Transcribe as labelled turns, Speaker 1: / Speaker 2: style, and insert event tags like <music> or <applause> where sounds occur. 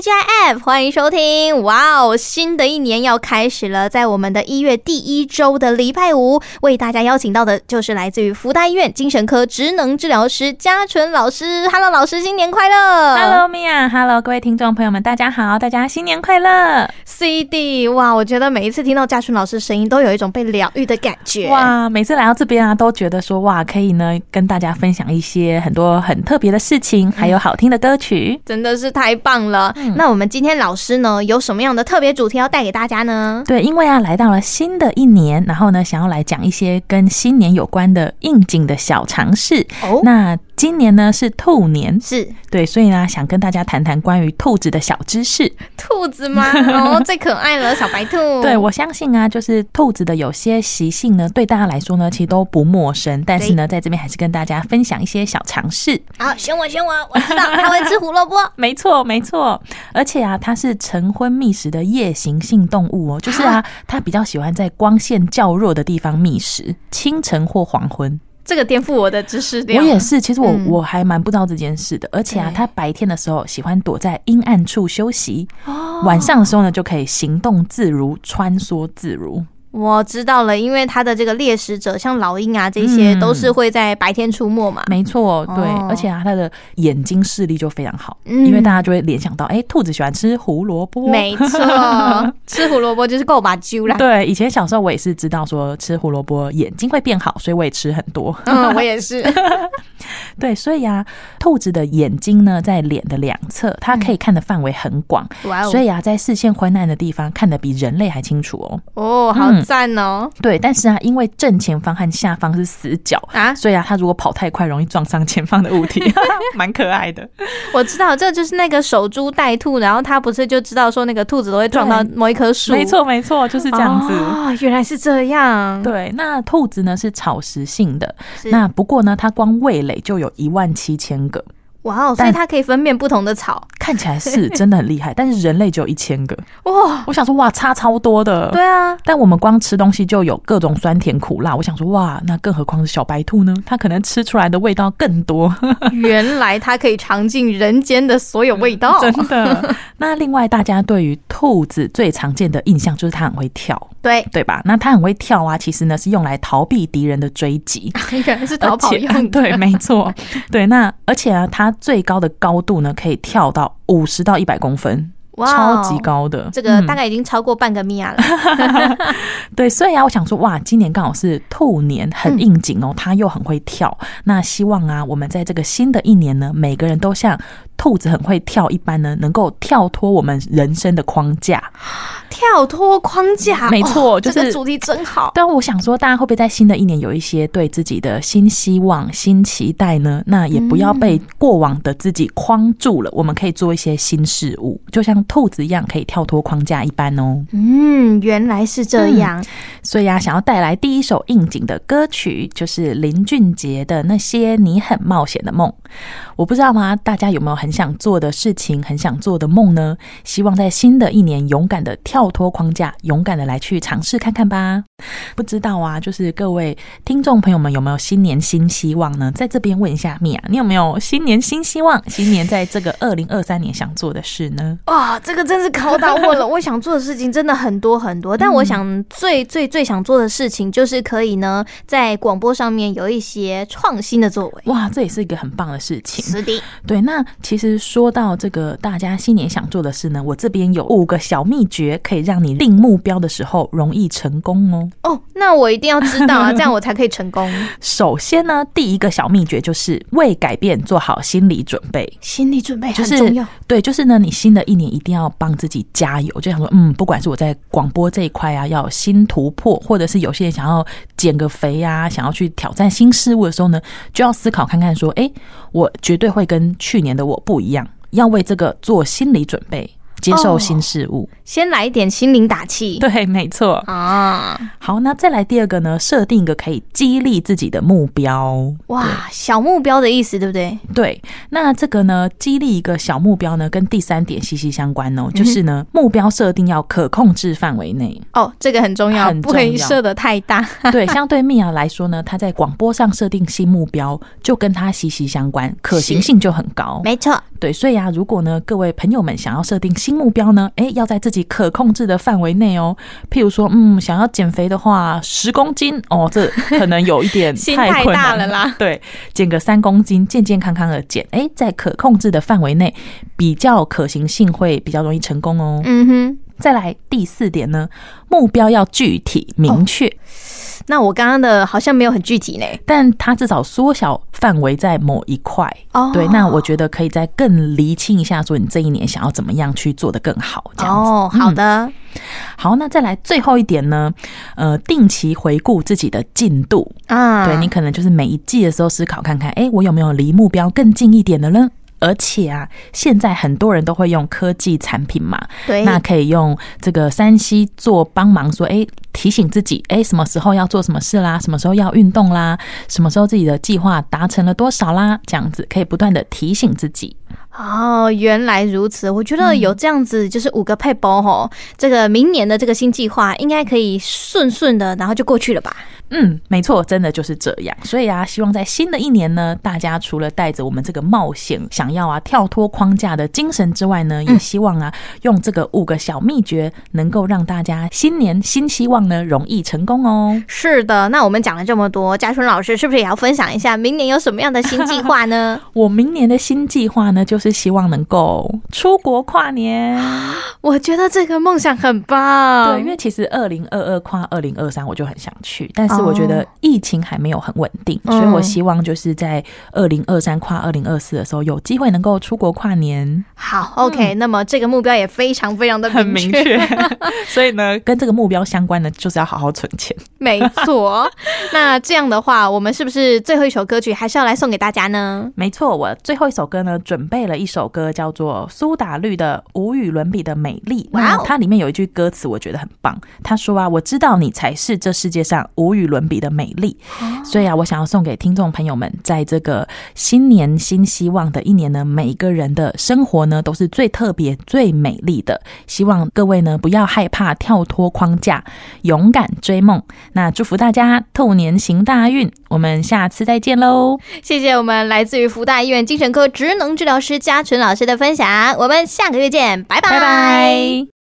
Speaker 1: TGIF，欢迎收听！哇哦，新的一年要开始了，在我们的一月第一周的礼拜五，为大家邀请到的就是来自于福大医院精神科职能治疗师嘉纯老师。Hello，老师，新年快乐
Speaker 2: Hello Mia，Hello 各位听众朋友们，大家好，大家新年快乐！
Speaker 1: ！CD，哇，我觉得每一次听到嘉纯老师声音，都有一种被疗愈的感觉。
Speaker 2: 哇，每次来到这边啊，都觉得说哇，可以呢跟大家分享一些很多很特别的事情，还有好听的歌曲。
Speaker 1: 真的是太棒了！
Speaker 2: 嗯
Speaker 1: 那我们今天老师呢，有什么样的特别主题要带给大家呢？
Speaker 2: 对，因为啊，来到了新的一年，然后呢，想要来讲一些跟新年有关的应景的小常识。
Speaker 1: 哦，
Speaker 2: 那今年呢是兔年，
Speaker 1: 是
Speaker 2: 对，所以呢，想跟大家谈谈关于兔子的小知识。
Speaker 1: 兔子吗？哦，最可爱了，小白兔。
Speaker 2: 对，我相信啊，就是兔子的有些习性呢，对大家来说呢，其实都不陌生。但是呢，在这边还是跟大家分享一些小常识。
Speaker 1: 好，选我，选我，我知道他会吃胡
Speaker 2: <laughs>
Speaker 1: 萝卜。
Speaker 2: 没错，没错。而且啊，它是晨昏觅食的夜行性动物哦，就是啊，它比较喜欢在光线较弱的地方觅食，清晨或黄昏。
Speaker 1: 这个颠覆我的知识
Speaker 2: 我也是，其实我、
Speaker 1: 嗯
Speaker 2: 我还蛮不知道这件事的。而且啊
Speaker 1: 对，
Speaker 2: 它白天的时候喜欢躲在阴暗处休息，
Speaker 1: 哦
Speaker 2: 晚上的时候呢就可以行动自如、穿梭自如。
Speaker 1: 我知道了，因为它的这个猎食者，像老鹰啊，这些
Speaker 2: 嗯
Speaker 1: 都是会在白天出没嘛。
Speaker 2: 没错，对，
Speaker 1: 哦
Speaker 2: 而且啊，它的眼睛视力就非常好，
Speaker 1: 嗯
Speaker 2: 因为大家就会联想到，哎、兔子喜欢吃胡萝卜。
Speaker 1: 没错，吃胡萝卜就是够把揪啦。
Speaker 2: <laughs> 对，以前小时候我也是知道说吃胡萝卜眼睛会变好，所以我也吃很多。 <laughs>
Speaker 1: 嗯，我也是。
Speaker 2: 对，所以啊，兔子的眼睛呢在脸的两侧，它可以看的范围很广，
Speaker 1: 哇
Speaker 2: 所
Speaker 1: 哦，
Speaker 2: 以啊，在视线昏暗的地方看得比人类还清楚哦。
Speaker 1: 哦，好
Speaker 2: 嗯
Speaker 1: 赞哦！
Speaker 2: 对，但是啊，因为正前方和下方是死角。
Speaker 1: 啊，
Speaker 2: 所以啊，它如果跑太快，容易撞上前方的物体， <laughs> 蛮可
Speaker 1: <laughs>
Speaker 2: 爱的。
Speaker 1: 我知道，这就是那个守株待兔，然后他不是就知道说那个兔子都会撞到
Speaker 2: 对
Speaker 1: 某一棵树，
Speaker 2: 没，错，没错，就是这样子。
Speaker 1: 哦，原来是这样。
Speaker 2: 对，那兔子呢是草食性的，
Speaker 1: 嗯是
Speaker 2: 那不过呢，它光味蕾就有一万七千个，
Speaker 1: 哇哦，所
Speaker 2: 但
Speaker 1: 以它可以分辨不同的草，
Speaker 2: 看起来是真的很
Speaker 1: <laughs>
Speaker 2: 厉害，但是人类只有一千个。
Speaker 1: 哇，
Speaker 2: 我想说，哇，差超多的。
Speaker 1: 哦对。啊，
Speaker 2: 但我们光吃东西就有各种酸甜苦辣，我想说哇，那更何况是小白兔呢？它可能吃出来的味道更多，
Speaker 1: 原来它可以尝尽人间的所有味道，
Speaker 2: <laughs> 嗯真的。那另外，大家对于兔子最常见的印象就是它很会跳，
Speaker 1: 对，
Speaker 2: 对吧？那它很会跳啊，其实呢是用来逃避敌人的追击。
Speaker 1: 原来是 <laughs> 逃跑
Speaker 2: 而且
Speaker 1: 用的，
Speaker 2: <laughs> 对，没错，对。那而且啊，它最高的高度呢，可以跳到五十到一百公分，
Speaker 1: 哇
Speaker 2: 超
Speaker 1: 哦
Speaker 2: 级。高嗯的。
Speaker 1: 这个
Speaker 2: 嗯
Speaker 1: 大概已经超过半个米娅了，
Speaker 2: 对，所以啊，我想说，哇，今年刚好是兔年，很
Speaker 1: 嗯
Speaker 2: 应景哦。它又很会跳，那希望啊，我们在这个新的一年呢，每个人都像兔子很会跳一般呢，能够跳脱我们人生的框架。
Speaker 1: 跳脱框架，
Speaker 2: 嗯没错
Speaker 1: 哦
Speaker 2: 就
Speaker 1: 这个
Speaker 2: 是
Speaker 1: 主题真好。
Speaker 2: 但我想说，大家会不会在新的一年有一些对自己的新希望、新期待呢？那也不要被过往的自己框住了，我们可以做一些新事物，就像兔子一样，可以跳脱框架一般哦。
Speaker 1: 嗯，原来是这样。
Speaker 2: 所以啊，想要带来第一首应景的歌曲，就是林俊杰的《那些你很冒险的梦》。我不知道吗？大家有没有很想做的事情，很想做的梦呢？希望在新的一年勇敢的跳脱框架，勇敢的来去尝试看看吧。不知道啊，就是各位听众朋友们有没有新年新希望呢？在这边问一下米娅，你有没有新年新希望？新年在这个二零二三年想做的事呢？
Speaker 1: 哇，这个真是考倒我
Speaker 2: <laughs>
Speaker 1: 了！我想做的事情真的很多很多，
Speaker 2: 嗯
Speaker 1: 但我想最最最想做的事情就是可以呢，在广播上面有一些创新的作为。
Speaker 2: 哇，这也是一个很棒的事情。
Speaker 1: 是的，
Speaker 2: 对，那其实说到这个大家新年想做的事呢，我这边有五个小秘诀，可以让你定目标的时候容易成功哦。
Speaker 1: 哦，那我一定要知道
Speaker 2: <laughs>
Speaker 1: 啊，这样我才可以成功。
Speaker 2: 首先呢，第一个小秘诀就是为改变做好心理准备。
Speaker 1: 心理准备
Speaker 2: 就
Speaker 1: 很
Speaker 2: 是
Speaker 1: 重要。
Speaker 2: 对，就是呢，你新的一年一定要帮自己加油，就想说，嗯，不管是我在广播这一块啊，要有新突破，或者是有些人想要减个肥啊，想要去挑战新事物的时候呢，就要思考看看，说，诶，我绝对会跟去年的我不一样，要为这个做心理准备。接受新事物。
Speaker 1: 先来一点心灵打气
Speaker 2: 对，没错。
Speaker 1: 啊！
Speaker 2: 好，那再来第二个呢？设定一个可以激励自己的目标。
Speaker 1: 哇，小目标的意思对不对？
Speaker 2: 对，那这个呢，激励一个小目标呢，跟第三点息息相关
Speaker 1: 嗯
Speaker 2: 哦，就是呢，目标设定要可控制范围
Speaker 1: <laughs>
Speaker 2: 内。
Speaker 1: 哦，这个很重要，
Speaker 2: 很
Speaker 1: 不可以
Speaker 2: 重要
Speaker 1: 设的太大。
Speaker 2: 对，相对蜜雅来说呢，她在广播上设定新目标，就跟她息息相关，可行性就很高。
Speaker 1: 没错，
Speaker 2: 对，所以啊，如果呢，各位朋友们想要设定新目标呢，诶，要在自己可控制的范围内哦。譬如说，嗯，想要减肥的话，十公斤哦，这可能有一点
Speaker 1: 心太
Speaker 2: 困
Speaker 1: 大
Speaker 2: 难
Speaker 1: 了啦。
Speaker 2: 对，减个三公斤，健健康康的减，诶，在可控制的范围内，比较可行性会比较容易成功哦。
Speaker 1: 嗯哼，
Speaker 2: 再来第四点呢，目标要具
Speaker 1: 哦
Speaker 2: 体明确，
Speaker 1: 那我刚刚的好像没有很具体呢。
Speaker 2: 但它至少缩小范围在某一块。
Speaker 1: 哦
Speaker 2: 对，那我觉得可以再更厘清一下，说你这一年想要怎么样去做得更好，这样子。
Speaker 1: 哦，好的，
Speaker 2: 好，那再来最后一点呢，呃，定期回顾自己的进度。
Speaker 1: 啊，
Speaker 2: 对你可能就是每一季的时候思考看看，哎、我有没有离目标更近一点的呢？而且啊，现在很多人都会用科技产品嘛，
Speaker 1: 对，
Speaker 2: 那可以用这个山西做帮忙说，哎，提醒自己，哎，什么时候要做什么事啦，什么时候要运动啦，什么时候自己的计划达成了多少啦，这样子可以不断的提醒自己。
Speaker 1: 哦，原来如此。我觉得有这样子，就是五个配包吼，这个明年的这个新计划应该可以顺顺的，然后就过去了吧？
Speaker 2: 嗯，没错，真的就是这样。所以啊，希望在新的一年呢，大家除了带着我们这个冒险、想要啊跳脱框架的精神之外呢，也希望啊，用这个五个小秘诀，能够让大家新年新希望呢，容易成功哦。
Speaker 1: <laughs> 是的。那我们讲了这么多，嘉春老师是不是也要分享一下明年有什么样的新计划呢？
Speaker 2: 我明年的新计划呢，就是希望能够出国跨年。
Speaker 1: 我觉得这个梦想很棒。
Speaker 2: 对，因为其实二零二二跨二零二三我就很想去，但是我觉得疫情还没有很稳定，
Speaker 1: 嗯
Speaker 2: 所以我希望就是在二零二三跨二零二四的时候，有机会能够出国跨年，
Speaker 1: 好，OK，、那么这个目标也非常非常的嗯明确。
Speaker 2: 确。 <laughs> 所以呢，跟这个目标相关的，就是要好好存钱。
Speaker 1: <laughs> 没错，那这样的话，我们是不是最后一首歌曲还是要来送给大家呢？
Speaker 2: 没错，我最后一首歌呢，准备了一首歌，叫做苏打绿的《无与伦比的美丽》。
Speaker 1: 哇
Speaker 2: 那
Speaker 1: 哦
Speaker 2: 它里面有一句歌词，我觉得很棒。他说啊，我知道你才是这世界上无与伦比的美丽。
Speaker 1: 哦
Speaker 2: 所以啊，我想要送给听众朋友们，在这个新年新希望的一年呢，每一个人的生活呢，都是最特别、最美丽的。希望各位呢，不要害怕跳脱框架，勇敢追梦。那祝福大家兔年行大运，我们下次再见喽。
Speaker 1: 谢谢我们来自于福大医院精神科职能治疗师嘉纯老师的分享，我们下个月见，拜拜
Speaker 2: 拜拜。